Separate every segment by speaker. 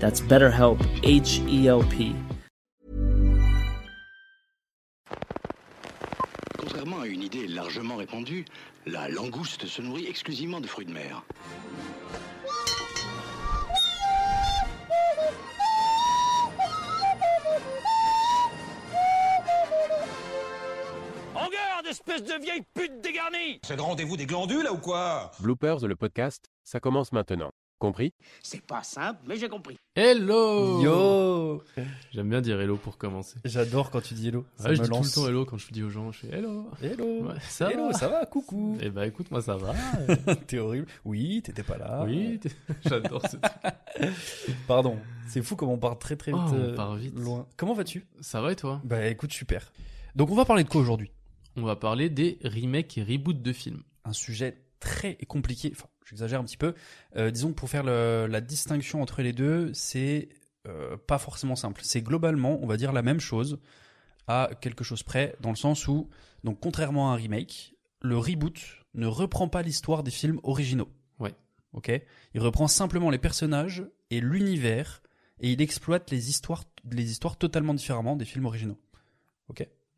Speaker 1: That's BetterHelp, H E L P.
Speaker 2: Contrairement à une idée largement répandue, la langouste se nourrit exclusivement de fruits de mer.
Speaker 3: Regarde, espèce de vieille pute dégarnie
Speaker 4: C'est le rendez-vous des glandules là ou quoi
Speaker 5: Bloopers, le podcast, ça commence maintenant. Compris
Speaker 3: C'est pas simple, mais j'ai compris.
Speaker 6: Hello
Speaker 7: Yo
Speaker 6: J'aime bien dire hello pour commencer.
Speaker 7: Oh. J'adore quand tu dis hello. Ça
Speaker 6: Ouais, Ah je
Speaker 7: me
Speaker 6: dis
Speaker 7: lance.
Speaker 6: tout le temps hello quand je dis aux gens, je fais hello
Speaker 7: Hello
Speaker 6: Ouais, ça
Speaker 7: Hello,
Speaker 6: va
Speaker 7: ça va Coucou
Speaker 6: Eh bah écoute, moi ça va.
Speaker 7: T'es horrible. Oui, t'étais pas là.
Speaker 6: Oui, t'es- j'adore ce truc.
Speaker 7: Pardon. C'est fou comme on part très très vite,
Speaker 6: Oh, on
Speaker 7: euh,
Speaker 6: part vite.
Speaker 7: loin. Comment vas-tu
Speaker 6: Ça va et toi
Speaker 7: Bah écoute, super. Donc on va parler de quoi aujourd'hui
Speaker 6: On va parler des remakes et reboots de films.
Speaker 7: Un sujet très compliqué. Enfin, j'exagère un petit peu. Euh, disons que pour faire le- la distinction entre les deux, c'est euh, pas forcément simple. C'est globalement, on va dire, la même chose à quelque chose près, dans le sens où, donc contrairement à un remake, le reboot ne reprend pas l'histoire des films originaux.
Speaker 6: Ouais.
Speaker 7: Ok. Il reprend simplement les personnages et l'univers et il exploite les histoires, les histoires totalement différemment des films originaux.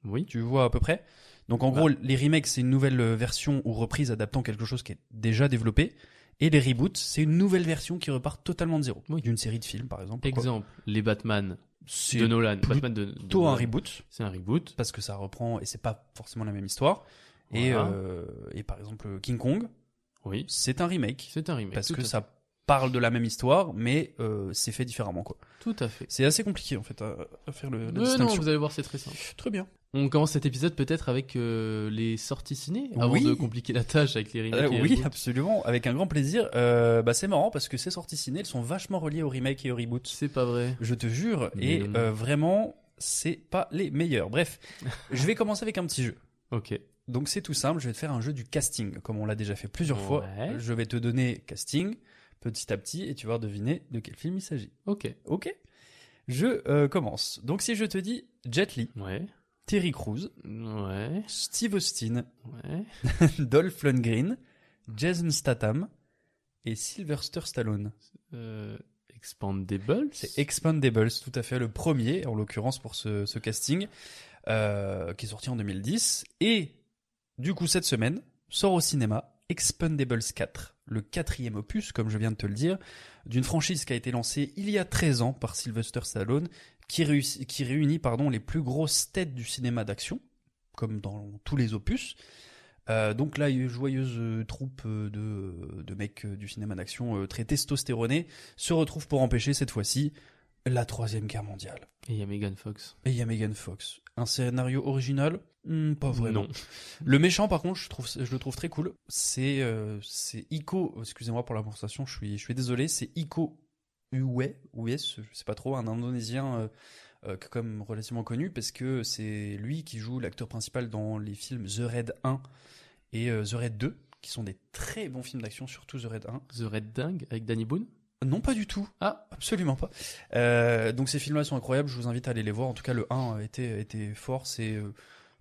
Speaker 6: Oui.
Speaker 7: Tu vois à peu près. Donc en
Speaker 6: Bah.
Speaker 7: gros, les remakes, c'est une nouvelle euh, version ou reprise adaptant quelque chose qui est déjà développé. Et les reboots, c'est une nouvelle version qui repart totalement de zéro.
Speaker 6: Oui.
Speaker 7: D'une série de films, par exemple.
Speaker 6: Exemple, les Batman
Speaker 7: C'est
Speaker 6: de Nolan.
Speaker 7: plutôt
Speaker 6: Batman de, de
Speaker 7: plutôt un
Speaker 6: Nolan.
Speaker 7: reboot,
Speaker 6: C'est un reboot.
Speaker 7: parce que ça reprend, et c'est pas forcément la même histoire. Et,
Speaker 6: Voilà.
Speaker 7: euh, et par exemple, King Kong,
Speaker 6: Oui.
Speaker 7: c'est un remake,
Speaker 6: C'est un remake.
Speaker 7: parce
Speaker 6: tout
Speaker 7: que
Speaker 6: à
Speaker 7: ça parle de la même histoire, mais euh, c'est fait différemment. quoi.
Speaker 6: fait. Tout à fait.
Speaker 7: C'est assez compliqué, en fait, à, à faire le, la
Speaker 6: Mais non,
Speaker 7: distinction.
Speaker 6: vous allez voir, c'est très simple.
Speaker 7: Très bien.
Speaker 6: On commence cet épisode peut-être avec euh, les sorties ciné, avant
Speaker 7: Oui.
Speaker 6: de compliquer la tâche avec les remakes.
Speaker 7: Euh,
Speaker 6: et les
Speaker 7: oui,
Speaker 6: reboots.
Speaker 7: absolument, avec un grand plaisir. Euh, bah, c'est marrant parce que ces sorties ciné, elles sont vachement reliées au remake et au reboot.
Speaker 6: C'est pas vrai.
Speaker 7: Je te jure,
Speaker 6: Mais
Speaker 7: et
Speaker 6: non.
Speaker 7: euh, vraiment, c'est pas les meilleurs. Bref, je vais commencer avec un petit jeu.
Speaker 6: Ok.
Speaker 7: Donc c'est tout simple, je vais te faire un jeu du casting, comme on l'a déjà fait plusieurs fois.
Speaker 6: Ouais.
Speaker 7: Je vais te donner casting petit à petit et tu vas deviner de quel film il s'agit.
Speaker 6: Ok.
Speaker 7: Ok Je euh, commence. Donc si je te dis Jet Li,
Speaker 6: Ouais.
Speaker 7: Terry Crews,
Speaker 6: Ouais.
Speaker 7: Steve Austin,
Speaker 6: Ouais.
Speaker 7: Dolph Lundgren, Jason Statham et Sylvester Stallone.
Speaker 6: Euh, Expandables.
Speaker 7: C'est Expandables, tout à fait le premier, en l'occurrence pour ce, ce casting, euh, qui est sorti en 2010. Et du coup, cette semaine, sort au cinéma Expandables 4, le quatrième opus, comme je viens de te le dire, d'une franchise qui a été lancée il y a 13 ans par Sylvester Stallone, qui, réussi- qui réunit pardon, les plus grosses têtes du cinéma d'action, comme dans tous les opus. Euh, donc là, il y a une joyeuse euh, troupe euh, de, de mecs euh, du cinéma d'action euh, très testostéronés se retrouve pour empêcher cette fois-ci la troisième guerre mondiale.
Speaker 6: Et il y a Megan Fox.
Speaker 7: Et il y a Megan Fox. Un scénario original Hmm, Pas vraiment.
Speaker 6: Non.
Speaker 7: Le méchant, par contre, je, trouve, je le trouve très cool. C'est euh, c'est Iko, excusez-moi pour la prononciation, je suis, je suis désolé, c'est Iko Uwe, Uwes, je sais pas trop, un Indonésien euh, euh, que- comme relativement connu, parce que c'est lui qui joue l'acteur principal dans les films The Raid 1 et euh, The Raid 2, qui sont des très bons films d'action, surtout The Raid 1.
Speaker 6: The Red Dingue avec Danny Boone.
Speaker 7: Non, pas du tout.
Speaker 6: Ah.
Speaker 7: absolument pas. Euh, donc ces films-là sont incroyables. Je vous invite à aller les voir. En tout cas, le 1 était était fort. C'est euh,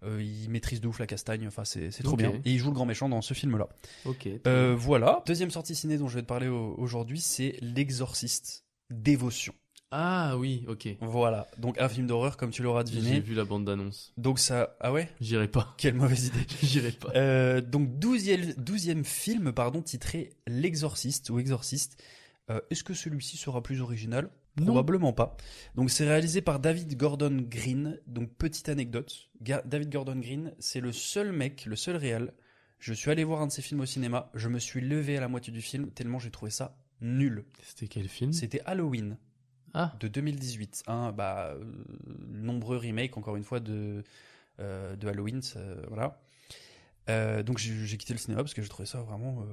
Speaker 7: euh, il maîtrise de ouf la castagne. Enfin, c'est c'est trop
Speaker 6: Ok. Mm.
Speaker 7: bien. Et il joue le grand méchant dans ce film-là.
Speaker 6: Ok.
Speaker 7: Euh, voilà. Deuxième sortie ciné dont je vais te parler au- aujourd'hui, c'est L'Exorciste. Dévotion.
Speaker 6: Ah oui, ok.
Speaker 7: Voilà. Donc un film d'horreur, comme tu l'auras
Speaker 6: J'ai
Speaker 7: deviné.
Speaker 6: vu la bande d'annonce.
Speaker 7: Donc ça, ah ouais,
Speaker 6: J'irai pas.
Speaker 7: quelle mauvaise idée.
Speaker 6: J'irai pas.
Speaker 7: Euh, donc 12e, 12e film pardon titré L'exorciste ou Exorciste. Euh, Est-ce que celui-ci sera plus original
Speaker 6: Non.
Speaker 7: Probablement pas. Donc c'est réalisé par David Gordon Green. Donc petite anecdote, Ga- David Gordon Green, c'est le seul mec, le seul réel. Je suis allé voir un de ses films au cinéma, je me suis levé à la moitié du film tellement j'ai trouvé ça nul.
Speaker 6: C'était quel film
Speaker 7: C'était Halloween
Speaker 6: Ah,
Speaker 7: de 2018. Hein, bah, euh, nombreux remakes, encore une fois, de, euh, de Halloween. ça- voilà. Euh, donc j'ai j'ai quitté le cinéma parce que j'ai trouvé ça vraiment, euh,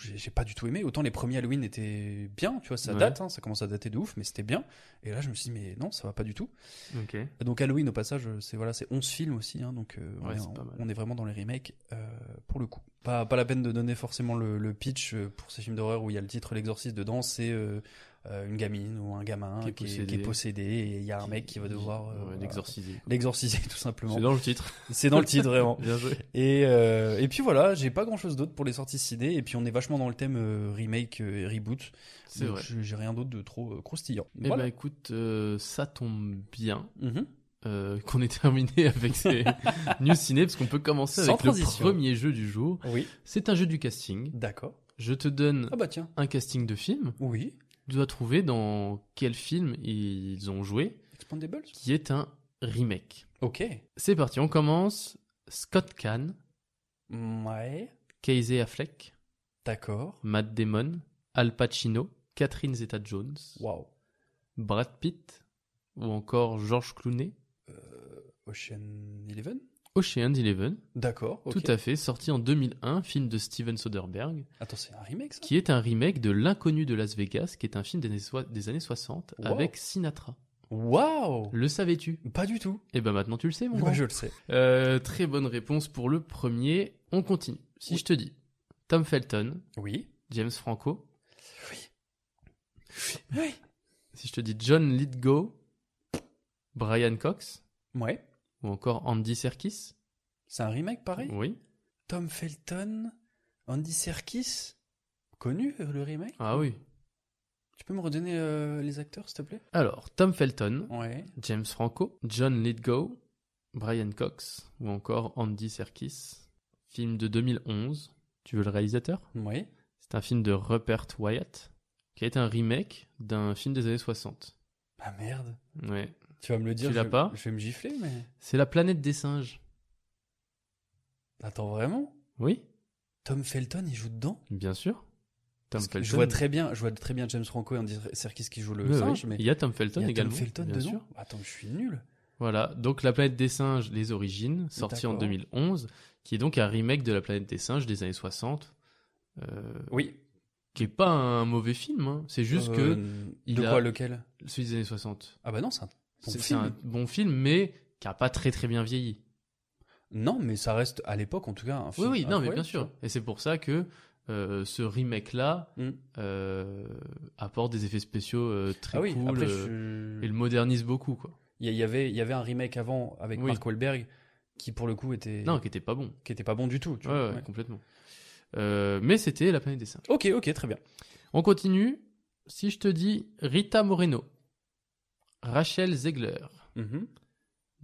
Speaker 7: j'ai j'ai pas du tout aimé. Autant les premiers Halloween étaient bien, tu vois, ça
Speaker 6: Ouais.
Speaker 7: date, hein, ça commence à dater de ouf, mais c'était bien. Et là je me suis dit mais non, ça va pas du tout.
Speaker 6: ok.
Speaker 7: Donc Halloween au passage, euh, c'est voilà, c'est 11 films aussi, hein, donc euh, on,
Speaker 6: Ouais,
Speaker 7: est,
Speaker 6: c'est pas mal.
Speaker 7: on est vraiment dans les remakes euh, pour le coup. Pas, pas la peine de donner forcément le, le pitch euh, pour ces films d'horreur où il y a le titre L'exorciste dedans, c'est euh, euh, une gamine ou un gamin qui est, qui est possédé. et il y a un mec qui va devoir euh,
Speaker 6: Ouais,
Speaker 7: voilà,
Speaker 6: l'exorciser.
Speaker 7: l'exorciser tout simplement.
Speaker 6: C'est dans le titre.
Speaker 7: C'est dans le titre vraiment.
Speaker 6: Bien joué.
Speaker 7: Et, euh, et puis voilà, j'ai pas grand chose d'autre pour les sorties ciné et puis on est vachement dans le thème euh, remake euh, et reboot.
Speaker 6: C'est
Speaker 7: Donc
Speaker 6: vrai.
Speaker 7: j'ai- J'ai rien d'autre de trop euh, croustillant.
Speaker 6: Eh
Speaker 7: Voilà.
Speaker 6: ben écoute, euh, ça tombe bien
Speaker 7: Mhm.
Speaker 6: euh, qu'on ait terminé avec ces news ciné parce qu'on peut commencer
Speaker 7: Sans
Speaker 6: avec
Speaker 7: transition.
Speaker 6: le premier jeu du jour.
Speaker 7: Oui,
Speaker 6: C'est un jeu du casting.
Speaker 7: d'accord.
Speaker 6: Je te donne
Speaker 7: Ah bah tiens.
Speaker 6: un casting de film.
Speaker 7: Oui.
Speaker 6: Tu dois trouver dans quel film ils ont joué
Speaker 7: Expandables
Speaker 6: qui est un remake.
Speaker 7: Ok.
Speaker 6: C'est parti, on commence. Scott Kahn,
Speaker 7: Ouais.
Speaker 6: Casey Affleck,
Speaker 7: D'accord.
Speaker 6: Matt Damon, Al Pacino, Catherine Zeta-Jones,
Speaker 7: Waouh.
Speaker 6: Brad Pitt ou encore George Clooney.
Speaker 7: Euh, Ocean Eleven
Speaker 6: Ocean's Eleven,
Speaker 7: D'accord. ok.
Speaker 6: tout à fait, sorti en 2001, film de Steven Soderbergh,
Speaker 7: Attends, c'est un remake ça
Speaker 6: qui est un remake de L'inconnu de Las Vegas, qui est un film des années, soi- des années 60
Speaker 7: Wow.
Speaker 6: avec Sinatra.
Speaker 7: Waouh
Speaker 6: Le savais-tu
Speaker 7: Pas du tout.
Speaker 6: Eh ben maintenant tu le sais, mon
Speaker 7: Moi
Speaker 6: grand.
Speaker 7: je le sais.
Speaker 6: Euh, très bonne réponse pour le premier. On continue. Si
Speaker 7: Oui.
Speaker 6: je te dis Tom Felton,
Speaker 7: Oui.
Speaker 6: James Franco,
Speaker 7: Oui.
Speaker 6: si je te dis John Lithgow, Brian Cox
Speaker 7: Ouais.
Speaker 6: ou encore Andy Serkis.
Speaker 7: C'est un remake pareil
Speaker 6: Oui.
Speaker 7: Tom Felton, Andy Serkis. Connu euh, le remake
Speaker 6: Ah oui.
Speaker 7: Tu peux me redonner euh, les acteurs s'il te plaît
Speaker 6: Alors Tom Felton,
Speaker 7: Ouais.
Speaker 6: James Franco, John Lithgow, Brian Cox ou encore Andy Serkis. Film de 2011. Tu veux le réalisateur
Speaker 7: Oui.
Speaker 6: C'est un film de Rupert Wyatt qui est un remake d'un film des années 60.
Speaker 7: Ah merde.
Speaker 6: Ouais.
Speaker 7: Tu vas me le dire.
Speaker 6: Tu l'as
Speaker 7: je-
Speaker 6: pas
Speaker 7: Je vais me gifler mais.
Speaker 6: C'est La planète des singes.
Speaker 7: Attends vraiment
Speaker 6: Oui,
Speaker 7: Tom Felton il joue dedans
Speaker 6: bien sûr. Tom
Speaker 7: Parce que
Speaker 6: Felton.
Speaker 7: Je vois très bien, je vois très bien James Franco et Andy Serkis qui jouent le
Speaker 6: Oui,
Speaker 7: singe,
Speaker 6: oui.
Speaker 7: mais
Speaker 6: Il y a Tom Felton
Speaker 7: Il y a Tom
Speaker 6: également.
Speaker 7: Felton
Speaker 6: bien
Speaker 7: dedans
Speaker 6: sûr.
Speaker 7: Attends, je suis nul.
Speaker 6: Voilà, donc La planète des singes, les origines, sorti en
Speaker 7: D'accord.
Speaker 6: 2011, qui est donc un remake de La planète des singes des années 60. euh,
Speaker 7: Oui.
Speaker 6: Qui est pas un mauvais film, hein. c'est juste que il
Speaker 7: Euh, de
Speaker 6: a-
Speaker 7: quoi lequel
Speaker 6: celui des années 60.
Speaker 7: Ah bah non, c'est un bon
Speaker 6: C'est c'est
Speaker 7: film.
Speaker 6: un bon film, mais qui a pas très très bien vieilli.
Speaker 7: Non, mais ça reste à l'époque en tout cas un
Speaker 6: Oui,
Speaker 7: film.
Speaker 6: oui, non, mais
Speaker 7: incroyable,
Speaker 6: bien
Speaker 7: tu
Speaker 6: sûr. Et c'est pour ça que euh, ce remake-là
Speaker 7: vois. Mm.
Speaker 6: euh, apporte des effets spéciaux euh, très
Speaker 7: Ah oui,
Speaker 6: cool
Speaker 7: après
Speaker 6: euh,
Speaker 7: je-
Speaker 6: et le modernise beaucoup, quoi.
Speaker 7: il y, a- il y avait il y avait un remake avant avec
Speaker 6: Oui.
Speaker 7: Mark Wahlberg qui pour le coup était
Speaker 6: Non, qui était pas bon.
Speaker 7: qui était pas bon du tout, tu
Speaker 6: Ouais,
Speaker 7: vois.
Speaker 6: ouais,
Speaker 7: Ouais.
Speaker 6: complètement. Euh, mais c'était La planète des singes.
Speaker 7: OK, OK, très bien.
Speaker 6: On continue. Si je te dis Rita Moreno, Rachel Zegler,
Speaker 7: Mhm.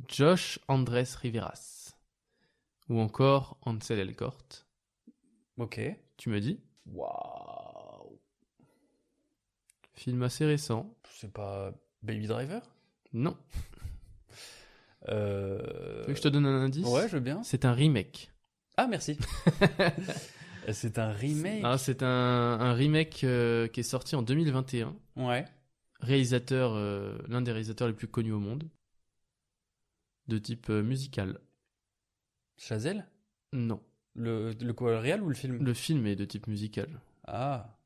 Speaker 6: Josh Andres Riveras ou encore Ansel Elgort,
Speaker 7: OK.
Speaker 6: tu me dis
Speaker 7: Waouh.
Speaker 6: Film assez récent.
Speaker 7: C'est pas Baby Driver
Speaker 6: Non.
Speaker 7: euh...
Speaker 6: Tu veux que je te donne un indice
Speaker 7: Ouais, je veux bien.
Speaker 6: C'est un remake.
Speaker 7: Ah, merci. c'est un remake.
Speaker 6: Ah, c'est un, un remake euh, qui est sorti en 2021.
Speaker 7: Ouais.
Speaker 6: Réalisateur, euh, l'un des réalisateurs les plus connus au monde. De type euh, musical.
Speaker 7: Chazelle
Speaker 6: Non.
Speaker 7: le, le quoi, le réel ou le film
Speaker 6: Le film est de type musical.
Speaker 7: Ah.
Speaker 6: De-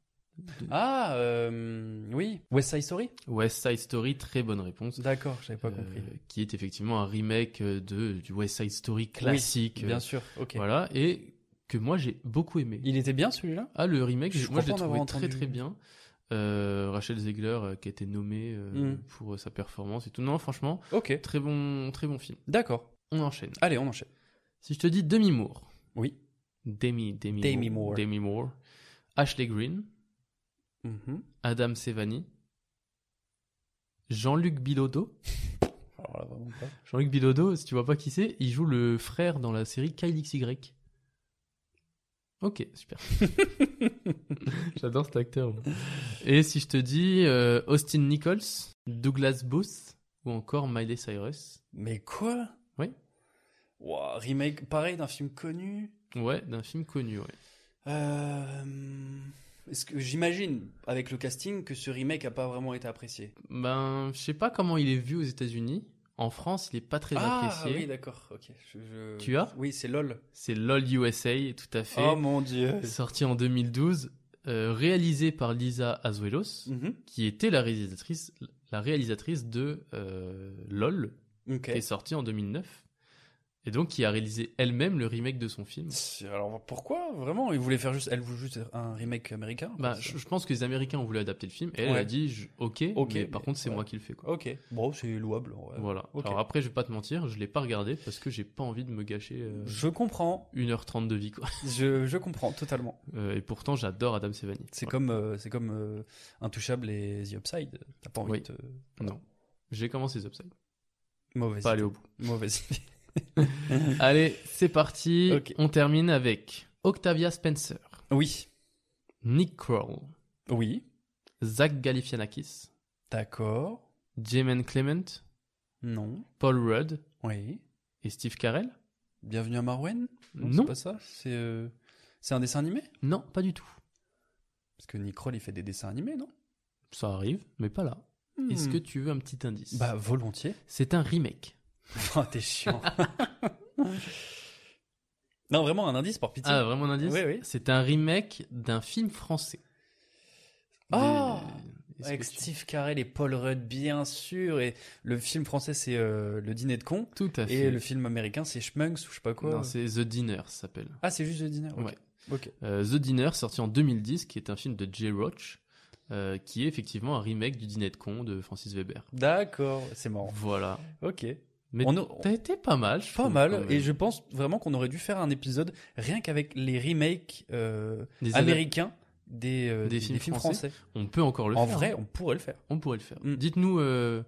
Speaker 7: Ah, euh, oui. West Side Story
Speaker 6: West Side Story, très bonne réponse.
Speaker 7: D'accord, j'avais pas
Speaker 6: Euh,
Speaker 7: compris.
Speaker 6: qui est effectivement un remake euh, de, du West Side Story classique.
Speaker 7: Bien
Speaker 6: euh,
Speaker 7: sûr, ok.
Speaker 6: Voilà, et que moi j'ai beaucoup aimé.
Speaker 7: Il était bien celui-là
Speaker 6: Ah, le remake,
Speaker 7: Je
Speaker 6: j'ai- moi
Speaker 7: crois
Speaker 6: je l'ai
Speaker 7: pas en avoir
Speaker 6: trouvé très
Speaker 7: entendu.
Speaker 6: très bien. euh, Rachel Zegler euh, qui a été nommée euh,
Speaker 7: Mm.
Speaker 6: pour euh, sa performance et tout. Non, franchement,
Speaker 7: Ok,
Speaker 6: très bon, très bon film.
Speaker 7: d'accord.
Speaker 6: On enchaîne.
Speaker 7: Allez, on enchaîne.
Speaker 6: Si je te dis Demi Moore,
Speaker 7: Oui.
Speaker 6: Demi, Demi,
Speaker 7: Demi Moore.
Speaker 6: Demi Moore, Ashley Green,
Speaker 7: Mhm.
Speaker 6: Adam Sevani, Jean-Luc Bilodeau.
Speaker 7: Alors là, vraiment pas.
Speaker 6: Jean-Luc Bilodeau, si tu vois pas qui c'est, il joue le frère dans la série Kyle XY. Ok, super. J'adore cet acteur. moi. Et si je te dis euh, Austin Nichols, Douglas Booth ou encore Miley Cyrus.
Speaker 7: Mais quoi
Speaker 6: Oui.
Speaker 7: Ouah, remake, pareil, d'un film connu.
Speaker 6: Ouais, d'un film connu, ouais.
Speaker 7: Euh, Est-ce que j'imagine, avec le casting, que ce remake a pas vraiment été apprécié
Speaker 6: Ben, je sais pas comment il est vu aux États-Unis. En France, il est pas très
Speaker 7: Ah
Speaker 6: apprécié.
Speaker 7: oui, d'accord, ok. Je- je-
Speaker 6: Tu as
Speaker 7: Oui, c'est LOL.
Speaker 6: C'est LOL USA, tout à fait.
Speaker 7: Oh mon dieu.
Speaker 6: sorti en 2012, euh, réalisé par Lisa Azuelos,
Speaker 7: Mhm.
Speaker 6: qui était la réalisatrice, la réalisatrice de euh, LOL,
Speaker 7: Ok.
Speaker 6: qui est sorti en 2009, et donc qui a réalisé elle-même le remake de son film.
Speaker 7: Alors pourquoi vraiment Ils voulaient faire juste, elle voulait juste un remake américain
Speaker 6: Bah,
Speaker 7: comme ça.
Speaker 6: je, je pense que les Américains ont voulu adapter le film, et elle
Speaker 7: Ouais.
Speaker 6: a dit je- ok,
Speaker 7: Ok,
Speaker 6: mais par
Speaker 7: mais-
Speaker 6: contre c'est
Speaker 7: ouais.
Speaker 6: moi qui le fais. Quoi.
Speaker 7: Ok. Bon, c'est louable. ouais.
Speaker 6: Voilà.
Speaker 7: Ok.
Speaker 6: Alors après, je vais pas te mentir, je l'ai pas regardé parce que j'ai pas envie de me gâcher euh,
Speaker 7: Je comprends.
Speaker 6: 1h30 de vie. Quoi.
Speaker 7: Je, je comprends totalement.
Speaker 6: Euh, et pourtant, j'adore Adam Sevani.
Speaker 7: C'est
Speaker 6: Voilà.
Speaker 7: comme euh, c'est comme euh, Intouchable et The Upside. T'as pas envie
Speaker 6: Oui.
Speaker 7: de te-
Speaker 6: Non. J'ai commencé les Upside.
Speaker 7: mauvaise
Speaker 6: Pas
Speaker 7: idée.
Speaker 6: aller au bout.
Speaker 7: mauvaise idée.
Speaker 6: Allez, c'est parti.
Speaker 7: Ok.
Speaker 6: On termine avec Octavia Spencer,
Speaker 7: Oui.
Speaker 6: Nick Kroll,
Speaker 7: Oui.
Speaker 6: Zach Galifianakis,
Speaker 7: D'accord.
Speaker 6: Jamin Clement,
Speaker 7: Non.
Speaker 6: Paul Rudd
Speaker 7: Oui.
Speaker 6: et Steve Carell
Speaker 7: Bienvenue à Marwen.
Speaker 6: Non,
Speaker 7: C'est pas ça. C'est euh, c'est un dessin animé.
Speaker 6: non, pas du tout.
Speaker 7: Parce que Nick Kroll, il fait des dessins animés, non
Speaker 6: Ça arrive, mais pas là. Est-ce que tu veux un petit indice
Speaker 7: Hmm. Bah volontiers.
Speaker 6: C'est un remake.
Speaker 7: Oh, t'es chiant. non, vraiment un indice par pitié.
Speaker 6: Ah, vraiment un indice
Speaker 7: Oui, oui.
Speaker 6: C'est un remake d'un film français.
Speaker 7: Ah
Speaker 6: Des- est-ce
Speaker 7: Avec
Speaker 6: que tu-
Speaker 7: Steve Carell et Paul Rudd, bien sûr. Et le film français, c'est euh, Le Dîner de con.
Speaker 6: Tout à fait.
Speaker 7: Et le film américain, c'est Schmunks ou je sais pas quoi.
Speaker 6: Non, c'est The Dinner, ça s'appelle.
Speaker 7: ah, c'est juste Le Dîner. ok.
Speaker 6: Ouais.
Speaker 7: Ok.
Speaker 6: Euh, The Dinner, sorti en 2010, qui est un film de Jay Roach, euh, qui est effectivement un remake du Dîner de con de Francis Weber.
Speaker 7: D'accord, c'est marrant.
Speaker 6: Voilà.
Speaker 7: Ok.
Speaker 6: Mais
Speaker 7: On a-
Speaker 6: t'as été pas mal. je
Speaker 7: Pas
Speaker 6: trouve, quand
Speaker 7: mal.
Speaker 6: même.
Speaker 7: Et je pense vraiment qu'on aurait dû faire un épisode rien qu'avec les remakes euh,
Speaker 6: Des
Speaker 7: américains des, euh,
Speaker 6: Des
Speaker 7: des- des
Speaker 6: films
Speaker 7: films,
Speaker 6: français.
Speaker 7: français.
Speaker 6: On peut encore le
Speaker 7: En
Speaker 6: faire.
Speaker 7: vrai,
Speaker 6: hein.
Speaker 7: on pourrait le faire.
Speaker 6: on pourrait le faire.
Speaker 7: Mm.
Speaker 6: Dites-nous, euh,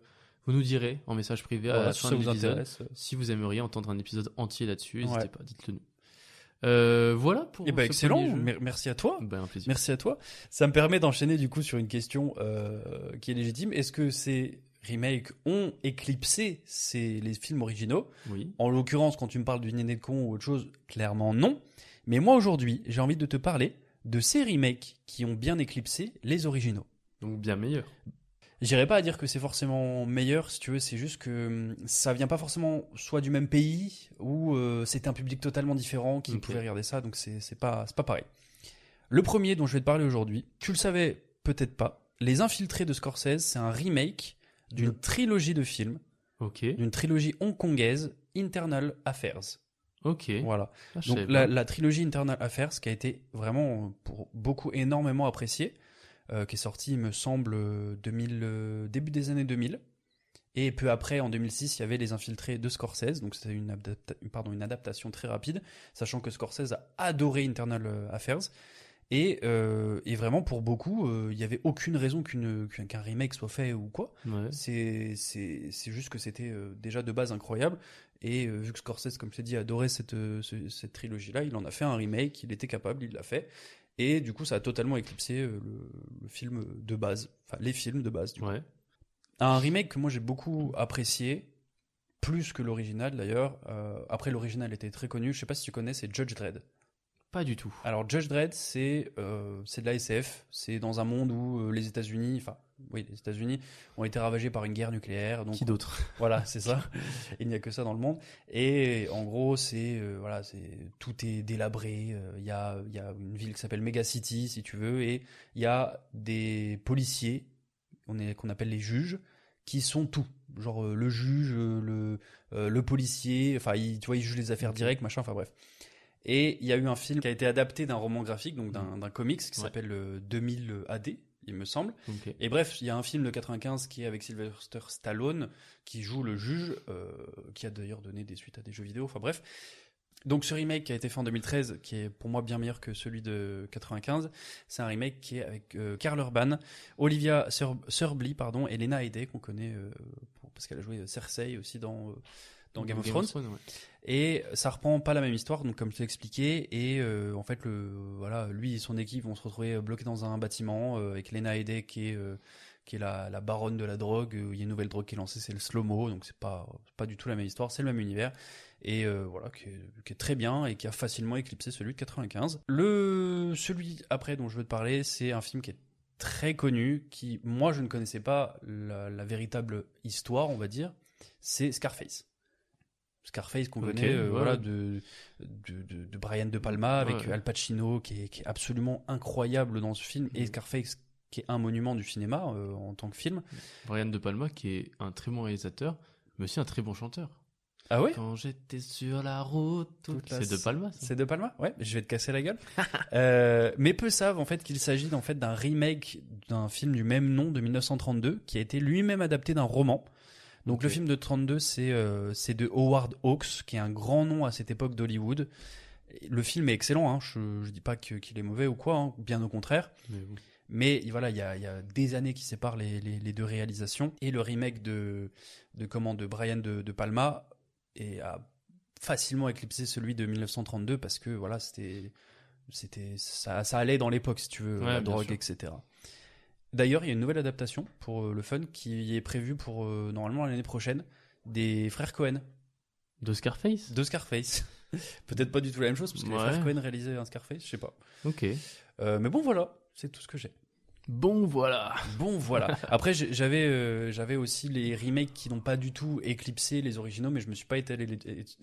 Speaker 6: vous nous direz en message privé à
Speaker 7: Voilà,
Speaker 6: la
Speaker 7: si
Speaker 6: fin
Speaker 7: ça
Speaker 6: de
Speaker 7: vous
Speaker 6: l'épisode
Speaker 7: intéresse.
Speaker 6: si vous aimeriez entendre un épisode entier là-dessus. N'hésitez
Speaker 7: Ouais.
Speaker 6: pas, dites-le nous. Euh, voilà pour.
Speaker 7: Eh ben,
Speaker 6: ce
Speaker 7: excellent.
Speaker 6: premier jeu.
Speaker 7: Mer- Merci à toi.
Speaker 6: Ben, un plaisir.
Speaker 7: Merci à toi. Ça me permet d'enchaîner du coup sur une question euh, qui est légitime. Est-ce que ces remakes ont éclipsé ces, les films originaux
Speaker 6: Oui.
Speaker 7: En l'occurrence, quand tu me parles du Néné de con ou autre chose, clairement non. Mais moi aujourd'hui, j'ai envie de te parler de ces remakes qui ont bien éclipsé les originaux.
Speaker 6: Donc bien meilleur.
Speaker 7: J'irai pas à dire que c'est forcément meilleur, si tu veux, c'est juste que hum, ça vient pas forcément soit du même pays, ou euh, c'était un public totalement différent qui
Speaker 6: Ok.
Speaker 7: pouvait regarder ça, donc c'est c'est pas, c'est pas pareil. Le premier dont je vais te parler aujourd'hui, tu le savais peut-être pas, Les Infiltrés de Scorsese, c'est un remake
Speaker 6: Mm.
Speaker 7: d'une trilogie de films,
Speaker 6: Ok.
Speaker 7: d'une trilogie hongkongaise, Internal Affairs.
Speaker 6: Ok.
Speaker 7: Voilà.
Speaker 6: Ah, je
Speaker 7: Donc
Speaker 6: savais
Speaker 7: la,
Speaker 6: pas.
Speaker 7: la trilogie Internal Affairs qui a été vraiment euh, pour beaucoup énormément appréciée, euh, qui est sortie il me semble euh, 2000, euh, début des années 2000. Et peu après, en 2006, il y avait Les Infiltrés de Scorsese, donc c'était une, adapta- pardon, une adaptation très rapide, sachant que Scorsese a adoré Internal euh, Affairs. Et, euh, et vraiment, pour beaucoup, euh, il n'y avait aucune raison qu'une- qu'un qu'un remake soit fait ou quoi.
Speaker 6: Ouais.
Speaker 7: C'est c'est- c'est juste que c'était euh, déjà de base incroyable. Et euh, vu que Scorsese, comme je t'ai dit, adorait cette, euh, ce- cette trilogie-là, il en a fait un remake, il était capable, il l'a fait. Et du coup, ça a totalement éclipsé euh, le, le film de base, enfin les films de base. Du coup.
Speaker 6: Ouais.
Speaker 7: Un remake que moi j'ai beaucoup apprécié, plus que l'original d'ailleurs. Euh, après, l'original était très connu, je sais pas si tu connais, c'est Judge Dredd.
Speaker 6: Pas du tout.
Speaker 7: Alors Judge Dredd, c'est euh, c'est de la SF. C'est dans un monde où euh, les États-Unis, enfin oui, les États-Unis ont été ravagés par une guerre nucléaire. Donc
Speaker 6: Qui d'autre
Speaker 7: voilà, c'est ça. Il n'y a que ça dans le monde. Et en gros, c'est euh, voilà, c'est tout est délabré. Euh, Il y a il y a une ville qui s'appelle Mega City, si tu veux, et il y a des policiers, on est qu'on appelle les juges, qui sont tout. Genre euh, le juge, euh, le euh, le policier. Enfin, il, tu vois, ils jugent les affaires directes, machin. Enfin bref. Et il y a eu un film qui a été adapté d'un roman graphique, donc d'un d'un comics qui
Speaker 6: Ouais.
Speaker 7: s'appelle euh, 2000 AD, il me semble.
Speaker 6: Ok.
Speaker 7: Et bref, il y a un film de 95 qui est avec Sylvester Stallone, qui joue le juge, euh, qui a d'ailleurs donné des suites à des jeux vidéo. Enfin bref. Donc ce remake qui a été fait en 2013, qui est pour moi bien meilleur que celui de 95, c'est un remake qui est avec euh, Karl Urban, Olivia Sur Surbly, pardon, et Lena Headey qu'on connaît euh, pour- parce qu'elle a joué Cersei aussi dans euh, dans Game of Thrones.
Speaker 6: ouais.
Speaker 7: Et ça reprend pas la même histoire, donc comme je t'ai expliqué. Et euh, en fait, le voilà, lui et son équipe vont se retrouver bloqués dans un bâtiment euh, avec Lena Headey qui est euh, qui est la, la baronne de la drogue. euh, Il y a une nouvelle drogue qui est lancée, c'est le slow-mo, donc c'est pas c'est pas du tout la même histoire, c'est le même univers. Et euh, voilà, qui est, qui est très bien et qui a facilement éclipsé celui de 95. Le celui après dont je veux te parler, c'est un film qui est très connu, qui moi je ne connaissais pas la, la véritable histoire, on va dire. C'est Scarface. Scarface qu'on
Speaker 6: Ok,
Speaker 7: connaît euh,
Speaker 6: ouais.
Speaker 7: voilà, de, de, de, de Brian De Palma avec
Speaker 6: Ouais.
Speaker 7: Al Pacino qui est, qui est absolument incroyable dans ce film et
Speaker 6: Mhm.
Speaker 7: Scarface qui est un monument du cinéma euh, en tant que film.
Speaker 6: Brian De Palma, qui est un très bon réalisateur, mais aussi un très bon chanteur.
Speaker 7: Ah ouais
Speaker 6: Quand j'étais sur la route, toute
Speaker 7: Toute la-
Speaker 6: la... c'est De Palma. ça.
Speaker 7: C'est De Palma Ouais, je vais te casser la gueule. Euh, mais peu savent en fait qu'il s'agit en fait d'un remake d'un film du même nom de 1932 qui a été lui-même adapté d'un roman. Donc
Speaker 6: Ok.
Speaker 7: le film de 32 c'est euh, c'est de Howard Hawks qui est un grand nom à cette époque d'Hollywood. Le film est excellent, hein, je, je dis pas que- qu'il est mauvais ou quoi, hein, bien au contraire.
Speaker 6: Mais bon.
Speaker 7: Mais voilà, il y a, il y a des années qui séparent les, les- les deux réalisations. Et le remake de, de, comment, de Brian de, de Palma et a facilement éclipsé celui de 1932 parce que voilà, c'était, c'était, ça, ça allait dans l'époque, si tu veux,
Speaker 6: Ouais,
Speaker 7: la
Speaker 6: bien
Speaker 7: drogue,
Speaker 6: sûr.
Speaker 7: etc. D'ailleurs, il y a une nouvelle adaptation pour euh, le fun qui est prévue pour euh, normalement l'année prochaine des frères Cohen
Speaker 6: De Scarface
Speaker 7: de Scarface. Peut-être pas du tout la même chose parce que les
Speaker 6: Ouais.
Speaker 7: frères Cohen réalisaient un Scarface, je sais pas.
Speaker 6: Ok.
Speaker 7: Euh, mais bon, voilà, c'est tout ce que j'ai.
Speaker 6: Bon, voilà.
Speaker 7: Bon voilà. Après j'ai- j'avais euh, j'avais aussi les remakes qui n'ont pas du tout éclipsé les originaux, mais je me suis pas étalé,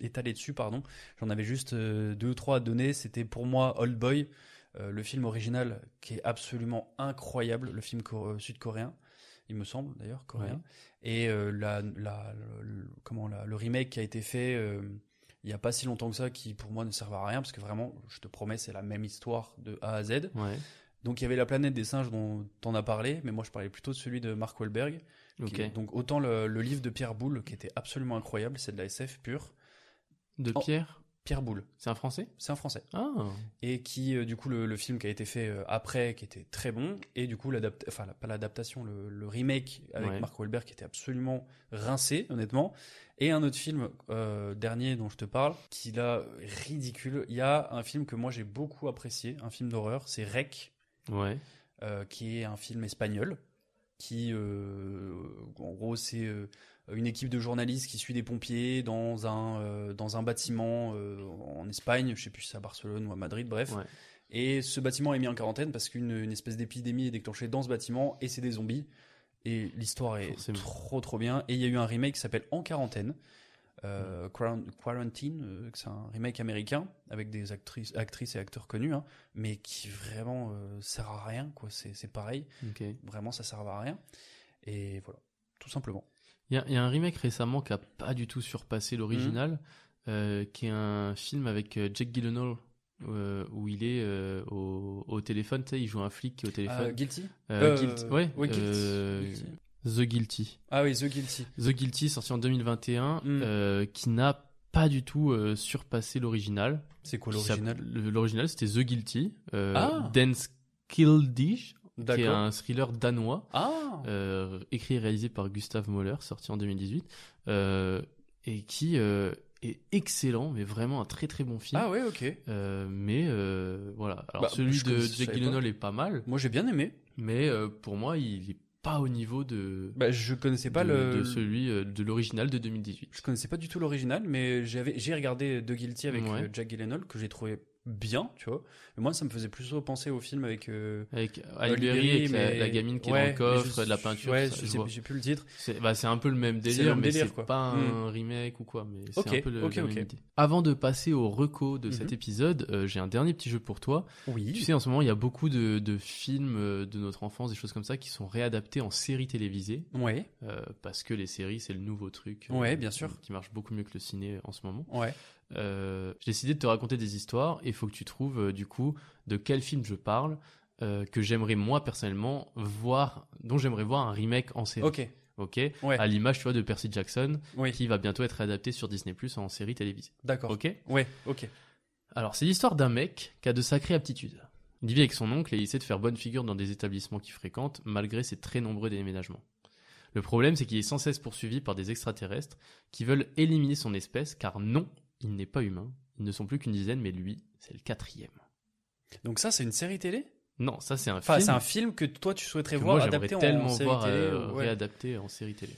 Speaker 7: étalé dessus pardon. J'en avais juste euh, deux ou trois à donner. C'était pour moi Old Boy, euh, le film original qui est absolument incroyable, le film cor- euh, sud-coréen, il me semble d'ailleurs coréen. Et euh, la, la- le, comment la- le remake qui a été fait. euh, il n'y a pas si longtemps que ça qui pour moi ne servent à rien parce que vraiment je te promets c'est la même histoire de A à Z
Speaker 6: Ouais.
Speaker 7: donc il y avait la planète des singes dont t'en as parlé, mais moi je parlais plutôt de celui de Mark Wahlberg. qui
Speaker 6: Ok.
Speaker 7: est- donc autant le, le livre de Pierre Boulle qui était absolument incroyable, c'est de la SF pure.
Speaker 6: De
Speaker 7: Oh.
Speaker 6: Pierre,
Speaker 7: Pierre Boulle,
Speaker 6: c'est un Français
Speaker 7: c'est un Français.
Speaker 6: Ah.
Speaker 7: Et qui euh, du coup le, le film qui a été fait euh, après, qui était très bon, et du coup l'adapt, enfin la- pas l'adaptation, le, le remake avec
Speaker 6: Ouais.
Speaker 7: Mark Wahlberg qui était absolument rincé honnêtement. Et un autre film euh, dernier dont je te parle, qui là ridicule. Il y a un film que moi j'ai beaucoup apprécié, un film d'horreur, c'est Rec.
Speaker 6: Ouais.
Speaker 7: euh, qui est un film espagnol qui euh, en gros c'est euh, une équipe de journalistes qui suit des pompiers dans un euh, dans un bâtiment euh, en Espagne, je sais plus si c'est à Barcelone ou à Madrid, bref.
Speaker 6: Ouais.
Speaker 7: Et ce bâtiment est mis en quarantaine parce qu'une une espèce d'épidémie est déclenchée dans ce bâtiment et c'est des zombies. Et l'histoire est
Speaker 6: Forcément.
Speaker 7: trop trop bien. Et il y a eu un remake qui s'appelle En quarantaine, euh, Quaran- Quarantine, euh, que c'est un remake américain avec des actrices, actrices et acteurs connus, hein, mais qui vraiment euh, sert à rien. quoi. C'est c'est pareil,
Speaker 6: Ok. Il
Speaker 7: vraiment ça sert à rien. Et voilà, tout simplement.
Speaker 6: y, a- il y a un remake récemment qui a pas du tout surpassé l'original,
Speaker 7: Mhm.
Speaker 6: euh, qui est un film avec euh, Jack Gyllenhaal. euh, où il est euh, au, au téléphone, tu sais, il joue un flic qui est au
Speaker 7: Euh,
Speaker 6: téléphone.
Speaker 7: guilty
Speaker 6: Euh,
Speaker 7: Euh,
Speaker 6: Guilt- ouais,
Speaker 7: ouais, Guilty.
Speaker 6: euh,
Speaker 7: Guilty.
Speaker 6: The Guilty.
Speaker 7: Ah oui, The Guilty.
Speaker 6: The Guilty, sorti en 2021,
Speaker 7: Mm.
Speaker 6: euh, qui n'a pas du tout euh, surpassé l'original.
Speaker 7: C'est quoi
Speaker 6: Qui s'appelle- le- L'original, c'était The Guilty, euh,
Speaker 7: Ah.
Speaker 6: Dan Skildij, qui est
Speaker 7: D'accord.
Speaker 6: un Euh, thriller danois,
Speaker 7: Ah
Speaker 6: euh, écrit et réalisé par Gustav Moller, sorti en 2018, euh, et qui euh, est excellent, mais vraiment un très très bon film.
Speaker 7: Ah ouais, ok.
Speaker 6: Euh, mais euh, voilà, alors
Speaker 7: Bah,
Speaker 6: celui
Speaker 7: je
Speaker 6: de
Speaker 7: connaissais- je
Speaker 6: Jack
Speaker 7: savais pas.
Speaker 6: Gyllenhaal est pas mal,
Speaker 7: Moi j'ai bien aimé.
Speaker 6: mais euh, pour moi, il est pas au niveau de
Speaker 7: Bah, je connaissais pas
Speaker 6: de,
Speaker 7: le.
Speaker 6: de celui euh, de l'original de 2018.
Speaker 7: Je connaissais pas du tout l'original, mais j'avais j'ai regardé The Guilty avec
Speaker 6: Ouais.
Speaker 7: euh, Jack Gyllenhaal que j'ai trouvé bien, tu vois. Mais moi, ça me faisait plus penser au film avec euh,
Speaker 6: Avec
Speaker 7: euh,
Speaker 6: Halle Berry,
Speaker 7: Berry,
Speaker 6: avec la-
Speaker 7: mais-
Speaker 6: la, gamine qui
Speaker 7: Ouais,
Speaker 6: est dans le
Speaker 7: mais
Speaker 6: coffre,
Speaker 7: je-
Speaker 6: de la peinture,
Speaker 7: Ouais,
Speaker 6: ça,
Speaker 7: je
Speaker 6: je
Speaker 7: sais-
Speaker 6: vois.
Speaker 7: j'ai plus le titre.
Speaker 6: C'est bah, c'est un peu le même
Speaker 7: le
Speaker 6: délire,
Speaker 7: même
Speaker 6: mais
Speaker 7: délire,
Speaker 6: c'est
Speaker 7: quoi.
Speaker 6: pas
Speaker 7: Mm.
Speaker 6: un remake ou quoi, mais c'est
Speaker 7: Ok,
Speaker 6: un peu le,
Speaker 7: ok,
Speaker 6: la
Speaker 7: ok.
Speaker 6: même idée. Avant de passer au reco de cet
Speaker 7: Mhm.
Speaker 6: épisode, euh, j'ai un dernier petit jeu pour toi.
Speaker 7: Oui.
Speaker 6: Tu sais, en ce moment, il y a beaucoup de, de films euh, de notre enfance, des choses comme ça, qui sont réadaptés en séries télévisées,
Speaker 7: Ouais,
Speaker 6: euh, parce que les séries, c'est le nouveau truc. euh,
Speaker 7: Ouais, bien sûr.
Speaker 6: Qui marche beaucoup mieux que le ciné en ce moment.
Speaker 7: ouais.
Speaker 6: Euh, j'ai décidé de te raconter des histoires et il faut que tu trouves euh, du coup de quel film je parle euh, que j'aimerais moi personnellement voir, dont j'aimerais voir un remake en série.
Speaker 7: Ok.
Speaker 6: Ok.
Speaker 7: Ouais.
Speaker 6: À l'image, tu vois, de Percy Jackson,
Speaker 7: Oui.
Speaker 6: qui va bientôt être adapté sur Disney Plus en série télévisée.
Speaker 7: D'accord.
Speaker 6: Ok.
Speaker 7: Ouais. Ok.
Speaker 6: Alors, c'est l'histoire d'un mec qui a de sacrées aptitudes. Il vit avec son oncle et il essaie de faire bonne figure dans des établissements qu'il fréquente, malgré ses très nombreux déménagements. Le problème, c'est qu'il est sans cesse poursuivi par des extraterrestres qui veulent éliminer son espèce, car non, il n'est pas humain. Ils ne sont plus qu'une dizaine, mais lui, c'est le quatrième.
Speaker 7: Donc ça, c'est une série télé
Speaker 6: Non, ça c'est un
Speaker 7: Enfin,
Speaker 6: film
Speaker 7: c'est un film que toi, tu souhaiterais
Speaker 6: que
Speaker 7: voir
Speaker 6: moi j'aimerais
Speaker 7: adapté en
Speaker 6: tellement
Speaker 7: série
Speaker 6: voir
Speaker 7: télé.
Speaker 6: euh,
Speaker 7: ouais.
Speaker 6: réadapté en série télé.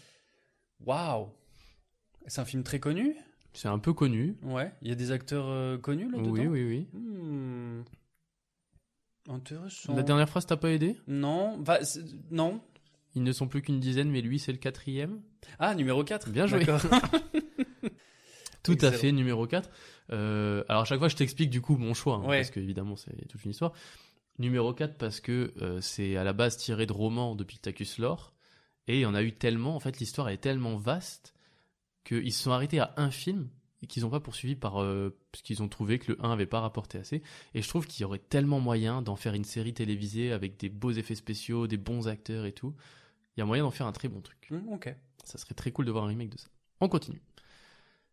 Speaker 7: Waouh. C'est un film très connu.
Speaker 6: C'est un peu connu.
Speaker 7: Ouais. Il y a des acteurs euh, connus là
Speaker 6: Oui, oui, oui.
Speaker 7: Hmm. Intéressant.
Speaker 6: La dernière phrase t'a pas aidé
Speaker 7: Non, va- c'est- non.
Speaker 6: Ils ne sont plus qu'une dizaine, mais lui c'est le quatrième.
Speaker 7: Ah, numéro 4.
Speaker 6: Bien joué. Tout à
Speaker 7: Excellent.
Speaker 6: fait, numéro 4. Euh, alors, à chaque fois, je t'explique du coup mon choix, hein,
Speaker 7: Ouais.
Speaker 6: parce que évidemment, c'est toute une histoire. Numéro 4, parce que euh, c'est à la base tiré de romans de Pictacus Lore, et il y en a eu tellement, en fait, l'histoire est tellement vaste qu'ils se sont arrêtés à un film et qu'ils n'ont pas poursuivi par, euh, parce qu'ils ont trouvé que le 1 avait pas rapporté assez. Et je trouve qu'il y aurait tellement moyen d'en faire une série télévisée avec des beaux effets spéciaux, des bons acteurs et tout. Il y a moyen d'en faire un très bon truc.
Speaker 7: Hmm, ok.
Speaker 6: Ça serait très cool de voir un remake de ça. On continue.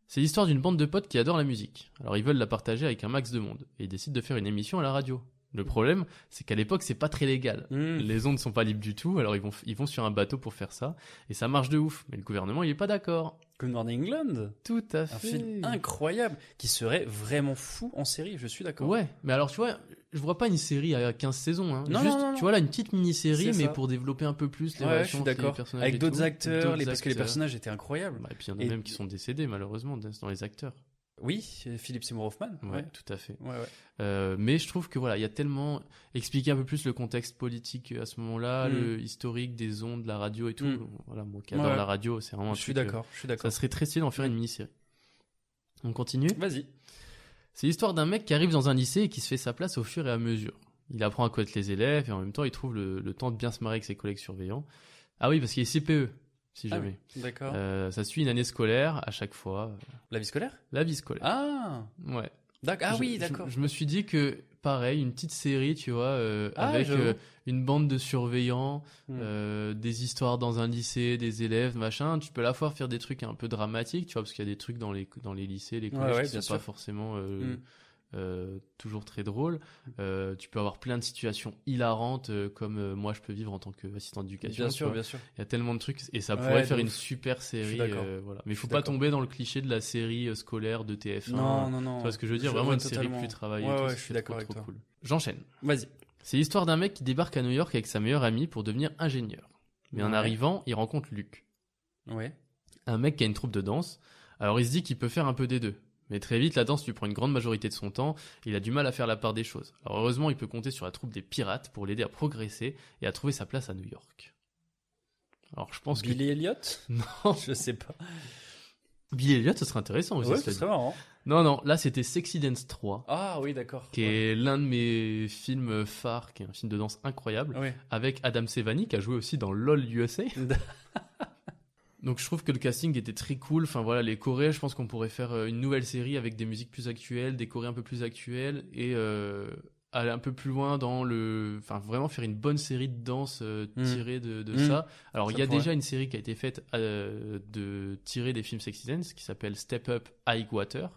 Speaker 6: C'est l'histoire d'une bande de potes qui adorent la musique. Alors ils veulent la partager avec un max de monde et ils décident de faire une émission à la radio. Le problème, c'est qu'à l'époque, c'est pas très légal.
Speaker 7: Hmm.
Speaker 6: Les ondes sont pas libres du tout, alors ils vont, ils vont sur un bateau pour faire ça et ça marche de ouf. Mais le gouvernement, il est pas d'accord.
Speaker 7: Good Morning England.
Speaker 6: Tout à
Speaker 7: Un
Speaker 6: fait.
Speaker 7: film incroyable qui serait vraiment fou en série, je suis d'accord.
Speaker 6: Ouais, mais alors tu vois, je vois pas une série à 15 saisons. Hein.
Speaker 7: Non,
Speaker 6: Juste,
Speaker 7: non, non, non.
Speaker 6: tu vois là, une petite mini-série,
Speaker 7: C'est
Speaker 6: mais
Speaker 7: ça.
Speaker 6: pour développer un peu plus les
Speaker 7: Ouais, ouais,
Speaker 6: relations
Speaker 7: je suis
Speaker 6: entre les
Speaker 7: d'accord.
Speaker 6: personnages et
Speaker 7: Avec d'autres
Speaker 6: tout.
Speaker 7: acteurs, les-
Speaker 6: D'autres
Speaker 7: parce que les
Speaker 6: acteurs.
Speaker 7: personnages étaient incroyables.
Speaker 6: Bah, et puis il y en a
Speaker 7: Et-
Speaker 6: même qui sont décédés, malheureusement, dans les acteurs.
Speaker 7: Oui, Philippe Seymour Hoffman.
Speaker 6: Ouais,
Speaker 7: Ouais.
Speaker 6: tout à fait.
Speaker 7: Ouais, ouais.
Speaker 6: Euh, mais je trouve que voilà, il y a tellement expliquer un peu plus le contexte politique euh, à ce moment-là,
Speaker 7: Mm.
Speaker 6: le historique des ondes, la radio et tout.
Speaker 7: Mm.
Speaker 6: Voilà, moi qui adore
Speaker 7: Ouais.
Speaker 6: la radio, c'est vraiment un
Speaker 7: Je suis
Speaker 6: truc, euh,
Speaker 7: d'accord, Mm. je suis
Speaker 6: Ça
Speaker 7: d'accord.
Speaker 6: serait très stylé d'en faire une mini-série. On continue.
Speaker 7: Vas-y.
Speaker 6: C'est l'histoire d'un mec qui arrive dans un lycée et qui se fait sa place au fur et à mesure. Il apprend à connaître les élèves et en même temps, il trouve le, le temps de bien se marrer avec ses collègues surveillants. Ah oui, parce qu'il est CPE, si
Speaker 7: Ah
Speaker 6: jamais.
Speaker 7: D'accord.
Speaker 6: Euh, ça suit une année scolaire à chaque fois. euh,
Speaker 7: La vie scolaire
Speaker 6: La vie scolaire.
Speaker 7: Ah,
Speaker 6: Ouais.
Speaker 7: d'ac- ah
Speaker 6: Je-
Speaker 7: oui,
Speaker 6: je-
Speaker 7: d'accord.
Speaker 6: Je, me suis dit que, pareil, une petite série, tu vois, euh,
Speaker 7: Ah,
Speaker 6: avec
Speaker 7: j'avoue.
Speaker 6: euh, une bande de surveillants,
Speaker 7: Hmm.
Speaker 6: euh, des histoires dans un lycée, des élèves, machin. Tu peux à la fois faire des trucs un peu dramatiques, tu vois, parce qu'il y a des trucs dans les, dans les lycées, les
Speaker 7: Ouais,
Speaker 6: collèges
Speaker 7: ouais,
Speaker 6: qui sont
Speaker 7: bien
Speaker 6: pas
Speaker 7: sûr.
Speaker 6: forcément euh,
Speaker 7: Hmm.
Speaker 6: euh, toujours très drôles. Euh, tu peux avoir plein de situations hilarantes, euh, comme euh, moi je peux vivre en tant qu'assistant d'éducation.
Speaker 7: Bien
Speaker 6: tu
Speaker 7: sûr,
Speaker 6: vois.
Speaker 7: bien sûr.
Speaker 6: Il y a tellement de trucs et ça
Speaker 7: Ouais,
Speaker 6: pourrait
Speaker 7: de
Speaker 6: faire une
Speaker 7: ouf.
Speaker 6: super série.
Speaker 7: d'accord.
Speaker 6: euh, voilà. Mais il
Speaker 7: Je
Speaker 6: faut
Speaker 7: suis
Speaker 6: pas
Speaker 7: d'accord.
Speaker 6: tomber dans le cliché de la série euh, scolaire de TF1.
Speaker 7: Non, non, non.
Speaker 6: Tu vois ce que je veux dire Vraiment
Speaker 7: Oh, vois
Speaker 6: une série
Speaker 7: totalement.
Speaker 6: plus travaillée. et
Speaker 7: Ouais,
Speaker 6: tout,
Speaker 7: ouais,
Speaker 6: ça,
Speaker 7: je suis
Speaker 6: c'est
Speaker 7: d'accord
Speaker 6: trop,
Speaker 7: avec
Speaker 6: trop
Speaker 7: toi.
Speaker 6: cool. J'enchaîne.
Speaker 7: Vas-y.
Speaker 6: C'est l'histoire d'un mec qui débarque à New York avec sa meilleure amie pour devenir ingénieur. Mais en
Speaker 7: Ouais.
Speaker 6: arrivant, il rencontre Luc,
Speaker 7: Ouais.
Speaker 6: un mec qui a une troupe de danse. Alors il se dit qu'il peut faire un peu des deux. Mais très vite, la danse lui prend une grande majorité de son temps et il a du mal à faire la part des choses. Alors heureusement, il peut compter sur la troupe des pirates pour l'aider à progresser et à trouver sa place à New York. Alors je pense
Speaker 7: Billy Elliott
Speaker 6: que... Non,
Speaker 7: Je sais pas.
Speaker 6: Billy Elliot, ce serait intéressant aussi.
Speaker 7: Ouais,
Speaker 6: cela
Speaker 7: ce
Speaker 6: dit.
Speaker 7: serait marrant.
Speaker 6: Non, non, là c'était Sexy Dance 3.
Speaker 7: Ah oui, d'accord.
Speaker 6: qui est l'un de mes films phares, qui est un film de danse incroyable,
Speaker 7: Ouais.
Speaker 6: avec Adam Sevani qui a joué aussi dans LOL USA. Donc je trouve que le casting était très cool. Enfin voilà, les Coréens, je pense qu'on pourrait faire euh, une nouvelle série avec des musiques plus actuelles, des Coréens un peu plus actuels et euh, aller un peu plus loin dans le, enfin vraiment faire une bonne série de danse euh,
Speaker 7: Mm.
Speaker 6: tirée de, de
Speaker 7: Mm.
Speaker 6: ça. Alors
Speaker 7: Ça
Speaker 6: il y a
Speaker 7: pourrait.
Speaker 6: déjà une série qui a été faite euh, de tirer des films Sexy Dance qui s'appelle Step Up High Water.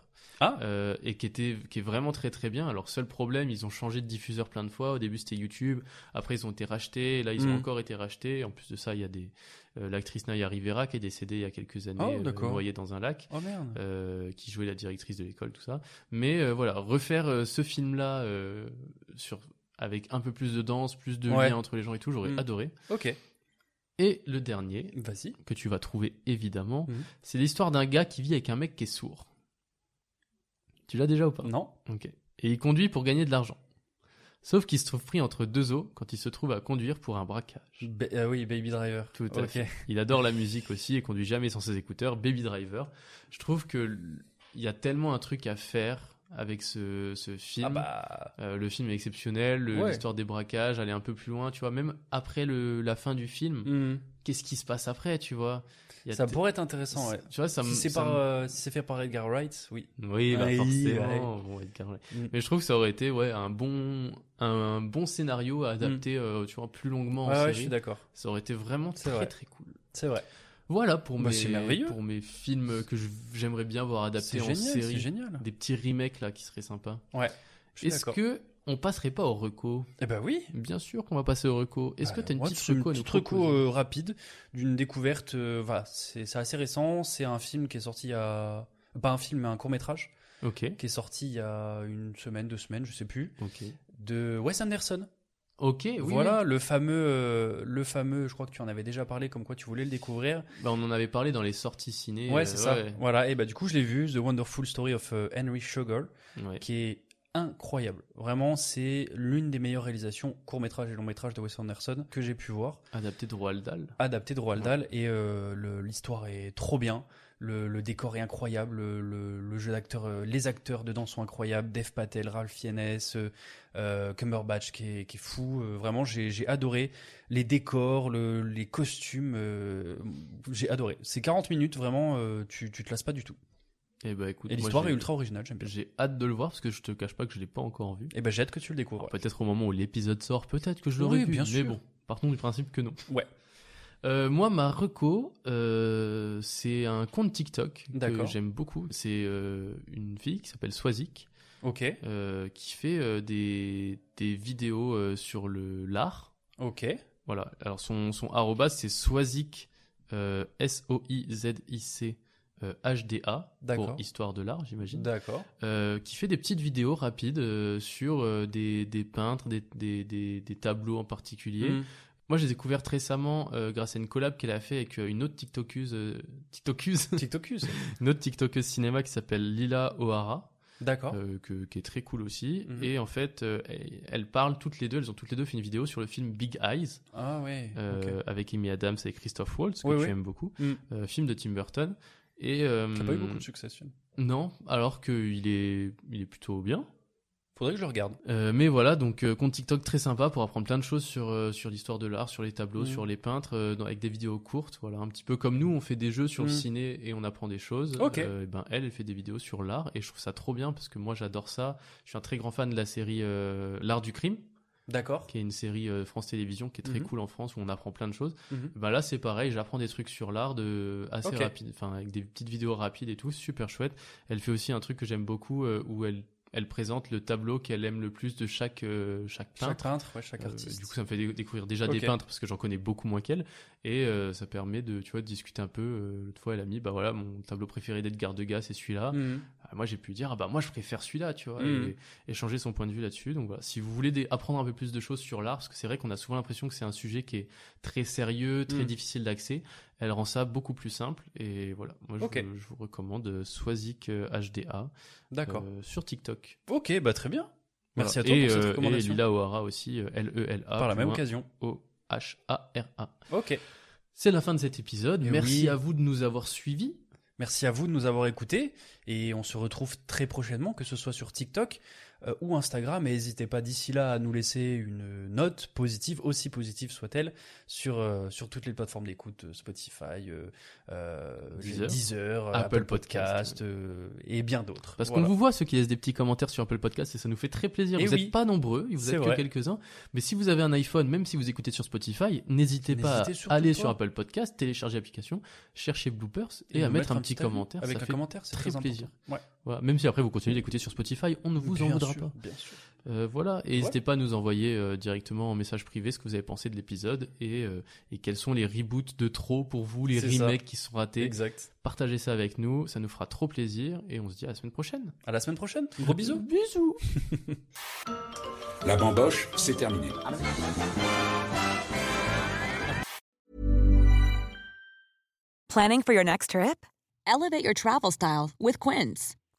Speaker 7: Ah.
Speaker 6: Euh, et qui était qui est vraiment très très bien. Alors seul problème, ils ont changé de diffuseur plein de fois. Au début c'était YouTube, après ils ont été rachetés, et là ils ont
Speaker 7: Mm.
Speaker 6: encore été rachetés. En plus de ça, il y a des euh, l'actrice Naya Rivera qui est décédée il y a quelques années,
Speaker 7: Oh,
Speaker 6: euh,
Speaker 7: d'accord.
Speaker 6: noyée dans un lac.
Speaker 7: Oh merde.
Speaker 6: euh, qui jouait la directrice de l'école, tout ça. Mais euh, voilà, refaire euh, ce film-là euh, sur avec un peu plus de danse, plus de
Speaker 7: Ouais.
Speaker 6: lien entre les gens et tout, j'aurais
Speaker 7: Mm.
Speaker 6: adoré.
Speaker 7: Ok.
Speaker 6: Et le dernier,
Speaker 7: Vas-y.
Speaker 6: que tu vas trouver évidemment,
Speaker 7: Mhm.
Speaker 6: c'est l'histoire d'un gars qui vit avec un mec qui est sourd. Tu l'as déjà ou pas
Speaker 7: Non.
Speaker 6: Ok. Et il conduit pour gagner de l'argent. Sauf qu'il se trouve pris entre deux eaux quand il se trouve à conduire pour un braquage.
Speaker 7: Ba- ah oui, Baby Driver.
Speaker 6: Tout à
Speaker 7: Ok.
Speaker 6: fait. Il adore la musique aussi et conduit jamais sans ses écouteurs. Baby Driver. Je trouve que l- il y a tellement un truc à faire avec ce, ce film.
Speaker 7: Ah bah.
Speaker 6: Euh, le film est exceptionnel, le-
Speaker 7: Ouais.
Speaker 6: l'histoire des braquages, aller un peu plus loin, tu vois. Même après le, la fin du film,
Speaker 7: hmm,
Speaker 6: qu'est-ce qui se passe après, tu vois Il y a
Speaker 7: Ça
Speaker 6: t-
Speaker 7: pourrait être intéressant, ouais.
Speaker 6: Tu vois, ça me.
Speaker 7: si c'est
Speaker 6: ça
Speaker 7: par,
Speaker 6: me-
Speaker 7: euh, si c'est fait par Edgar Wright, oui.
Speaker 6: Oui, bah
Speaker 7: Ouais,
Speaker 6: forcément. bon, Edgar Wright.
Speaker 7: Mm.
Speaker 6: Mais je trouve que ça aurait été ouais, un, bon, un, un bon scénario à adapter euh, tu vois, plus longuement en
Speaker 7: Mm. Ouais, ouais, je
Speaker 6: série.
Speaker 7: suis d'accord.
Speaker 6: ça aurait été vraiment
Speaker 7: C'est
Speaker 6: très
Speaker 7: vrai.
Speaker 6: très cool.
Speaker 7: C'est vrai.
Speaker 6: Voilà pour,
Speaker 7: Bah, c'est
Speaker 6: mes,
Speaker 7: merveilleux.
Speaker 6: pour mes films que je- j'aimerais bien voir
Speaker 7: C'est
Speaker 6: adaptés en
Speaker 7: génial, c'est
Speaker 6: série.
Speaker 7: génial.
Speaker 6: Des petits remakes là qui seraient sympas.
Speaker 7: Je suis
Speaker 6: Est-ce
Speaker 7: d'accord.
Speaker 6: que on passerait pas au reco
Speaker 7: Eh ben oui.
Speaker 6: Bien sûr qu'on va passer au reco. Est-ce que
Speaker 7: Euh,
Speaker 6: t'as une
Speaker 7: moi,
Speaker 6: petite
Speaker 7: je fais
Speaker 6: reco à nous
Speaker 7: petite reco,
Speaker 6: proposer
Speaker 7: euh, rapide d'une découverte. euh, voilà, c'est c'est assez récent. C'est un film qui est sorti il y a. Pas un film, mais un court-métrage
Speaker 6: Ok,
Speaker 7: qui est sorti il y a une semaine, deux semaines, je sais plus,
Speaker 6: ok,
Speaker 7: de Wes Anderson.
Speaker 6: ok. Eh Oui,
Speaker 7: voilà le fameux, euh, le fameux. Je crois que tu en avais déjà parlé, comme quoi tu voulais le découvrir.
Speaker 6: oui. Bah, on en avait parlé dans les sorties ciné.
Speaker 7: ouais,
Speaker 6: euh,
Speaker 7: c'est ça.
Speaker 6: ouais,
Speaker 7: Voilà. Et bah du coup, je l'ai vu, The Wonderful Story of euh, Henry Sugar,
Speaker 6: ouais.
Speaker 7: qui est incroyable. Vraiment, c'est l'une des meilleures réalisations court-métrage et long-métrage de Wes Anderson que j'ai pu voir.
Speaker 6: Adapté de Roald Dahl.
Speaker 7: adapté de Roald Dahl et euh, le- l'histoire est trop bien. Le, le décor est incroyable, le, le- le jeu d'acteurs, euh, les acteurs dedans sont incroyables. Dev Patel, Ralph Fiennes, euh, euh, Cumberbatch qui est, qui est fou. euh, vraiment, j'ai j'ai adoré les décors, le- les costumes. euh, j'ai adoré. C'est 40 minutes, vraiment, euh, tu, tu te lasses pas du tout.
Speaker 6: Et bah écoute,
Speaker 7: Et
Speaker 6: moi,
Speaker 7: l'histoire
Speaker 6: j'ai-
Speaker 7: est ultra originale, j'aime bien.
Speaker 6: J'ai hâte de le voir parce que je te cache pas que je l'ai pas encore vu.
Speaker 7: Et ben, j'ai hâte que tu le découvres.
Speaker 6: Alors, Peut-être au moment où l'épisode sort, peut-être que je l'aurais
Speaker 7: Oui,
Speaker 6: vu.
Speaker 7: bien
Speaker 6: mais
Speaker 7: sûr.
Speaker 6: bon, partons du principe que non.
Speaker 7: Ouais.
Speaker 6: Euh, moi, ma reco, euh, c'est un compte TikTok que
Speaker 7: D'accord.
Speaker 6: j'aime beaucoup. C'est euh, une fille qui s'appelle Swazik
Speaker 7: Ok,
Speaker 6: euh, qui fait euh, des, des vidéos euh, sur le l'art.
Speaker 7: ok.
Speaker 6: Voilà. Alors son son arroba c'est Swazik euh, S O I Z I C euh, H D A pour
Speaker 7: D'accord.
Speaker 6: histoire de l'art, j'imagine
Speaker 7: D'accord.
Speaker 6: euh, qui fait des petites vidéos rapides euh, sur euh, des, des peintres, des, des, des, des tableaux en particulier.
Speaker 7: Mm.
Speaker 6: Moi, j'ai découvert récemment, euh, grâce à une collab qu'elle a fait avec euh, une autre TikTokuse, euh, TikTokuse
Speaker 7: TikTokuse.
Speaker 6: une autre TikTokuse cinéma qui s'appelle Lila O'Hara,
Speaker 7: D'accord.
Speaker 6: euh, que- qui est très cool aussi.
Speaker 7: Mhm.
Speaker 6: Et en fait, euh, elles- elles parlent toutes les deux, elles ont toutes les deux fait une vidéo sur le film Big Eyes,
Speaker 7: Ah ouais.
Speaker 6: euh,
Speaker 7: ok.
Speaker 6: avec Amy Adams et Christophe Waltz, que
Speaker 7: Oui,
Speaker 6: tu
Speaker 7: oui.
Speaker 6: aimes beaucoup,
Speaker 7: Mm.
Speaker 6: euh, film de Tim Burton. Et, euh,
Speaker 7: T'as pas eu beaucoup de succès, ce film.
Speaker 6: Non, alors qu'il est, il est plutôt bien.
Speaker 7: Faudrait que je le regarde.
Speaker 6: Euh, mais voilà, donc euh, compte TikTok très sympa pour apprendre plein de choses sur, euh, sur l'histoire de l'art, sur les tableaux,
Speaker 7: Mhm.
Speaker 6: sur les peintres, euh, dans- avec des vidéos courtes. Voilà, un petit peu comme nous, on fait des jeux sur le
Speaker 7: Mhm.
Speaker 6: ciné et on apprend des choses.
Speaker 7: Ok.
Speaker 6: Euh, et ben elle, elle fait des vidéos sur l'art et je trouve ça trop bien parce que moi j'adore ça. Je suis un très grand fan de la série euh, L'art du crime,
Speaker 7: D'accord.
Speaker 6: qui est une série euh, France Télévisions qui est très
Speaker 7: Mhm.
Speaker 6: cool en France où on apprend plein de choses.
Speaker 7: Mhm.
Speaker 6: Ben là c'est pareil, j'apprends des trucs sur l'art de assez
Speaker 7: Ok.
Speaker 6: rapide, enfin avec des petites vidéos rapides et tout, super chouette. Elle fait aussi un truc que j'aime beaucoup euh, où elle elle présente le tableau qu'elle aime le plus de chaque euh, chaque
Speaker 7: Chaque
Speaker 6: peintre.
Speaker 7: peintre, ouais, chaque
Speaker 6: Euh,
Speaker 7: artiste.
Speaker 6: du coup, ça me fait dé- découvrir déjà
Speaker 7: Ok.
Speaker 6: des peintres parce que j'en connais beaucoup moins qu'elle et euh, ça permet de tu vois de discuter un peu. Euh, L'autre fois, elle a mis bah voilà mon tableau préféré d'Edgar Degas c'est celui-là.
Speaker 7: Mhm.
Speaker 6: Ah, Moi, j'ai pu dire, ah bah moi, je préfère celui-là, tu vois,
Speaker 7: Mhm.
Speaker 6: et échanger son point de vue là-dessus. Donc voilà, si vous voulez des- apprendre un peu plus de choses sur l'art, parce que c'est vrai qu'on a souvent l'impression que c'est un sujet qui est très sérieux, très
Speaker 7: Mhm.
Speaker 6: difficile d'accès, elle rend ça beaucoup plus simple. Et voilà, moi, je,
Speaker 7: Ok.
Speaker 6: vous, je vous recommande euh, Swazik euh, HDA
Speaker 7: D'accord.
Speaker 6: euh, sur TikTok.
Speaker 7: Ok, bah très bien. Merci
Speaker 6: Voilà.
Speaker 7: à toi
Speaker 6: et,
Speaker 7: pour cette
Speaker 6: euh,
Speaker 7: recommandation.
Speaker 6: Et Lila O'Hara aussi, euh, L-E-L-A.
Speaker 7: Par la
Speaker 6: plus
Speaker 7: même
Speaker 6: loin,
Speaker 7: occasion.
Speaker 6: O-H-A-R-A.
Speaker 7: Ok.
Speaker 6: C'est la fin de cet épisode.
Speaker 7: Et
Speaker 6: Merci
Speaker 7: Eh oui.
Speaker 6: à vous de nous avoir suivis.
Speaker 7: Merci à vous de nous avoir écoutés et on se retrouve très prochainement, que ce soit sur TikTok euh, ou Instagram. Et n'hésitez pas d'ici là à nous laisser une note positive, aussi positive soit-elle, sur, euh, sur toutes les plateformes d'écoute, euh, Spotify, euh, euh,
Speaker 6: Deezer.
Speaker 7: Deezer, euh,
Speaker 6: Apple
Speaker 7: Apple Podcast
Speaker 6: Podcast,
Speaker 7: euh, et bien d'autres.
Speaker 6: Parce
Speaker 7: Voilà.
Speaker 6: qu'on vous voit ceux qui laissent des petits commentaires sur Apple Podcast et ça nous fait très plaisir.
Speaker 7: Eh
Speaker 6: vous
Speaker 7: oui.
Speaker 6: n'êtes pas nombreux, vous
Speaker 7: C'est
Speaker 6: êtes que
Speaker 7: vrai.
Speaker 6: quelques-uns. Mais si vous avez un iPhone, même si vous écoutez sur Spotify, n'hésitez pas
Speaker 7: N'hésitez surtout
Speaker 6: à aller
Speaker 7: pas.
Speaker 6: sur Apple Podcast, télécharger l'application, chercher bloopers et, à
Speaker 7: nous
Speaker 6: mettre un petit
Speaker 7: avis
Speaker 6: commentaire.
Speaker 7: Avec
Speaker 6: ça
Speaker 7: un
Speaker 6: fait-
Speaker 7: commentaire, c'est
Speaker 6: très
Speaker 7: très, important.
Speaker 6: plaisir.
Speaker 7: Ouais.
Speaker 6: voilà. Même si après vous continuez d'écouter sur Spotify, on ne vous en
Speaker 7: Bien
Speaker 6: voudra
Speaker 7: sûr,
Speaker 6: pas.
Speaker 7: Bien sûr.
Speaker 6: Euh, voilà, et
Speaker 7: Ouais.
Speaker 6: n'hésitez pas à nous envoyer euh, directement en message privé ce que vous avez pensé de l'épisode et, euh, et quels sont les reboots de trop pour vous, les
Speaker 7: C'est ça.
Speaker 6: remakes qui sont ratés.
Speaker 7: Exact.
Speaker 6: Partagez ça avec nous, ça nous fera trop plaisir et on se dit à la semaine prochaine.
Speaker 7: À la semaine prochaine. Gros bisous.
Speaker 6: Bisous
Speaker 4: La bamboche, c'est terminé.
Speaker 8: Planning for your next trip? Elevate your travel style with Quince.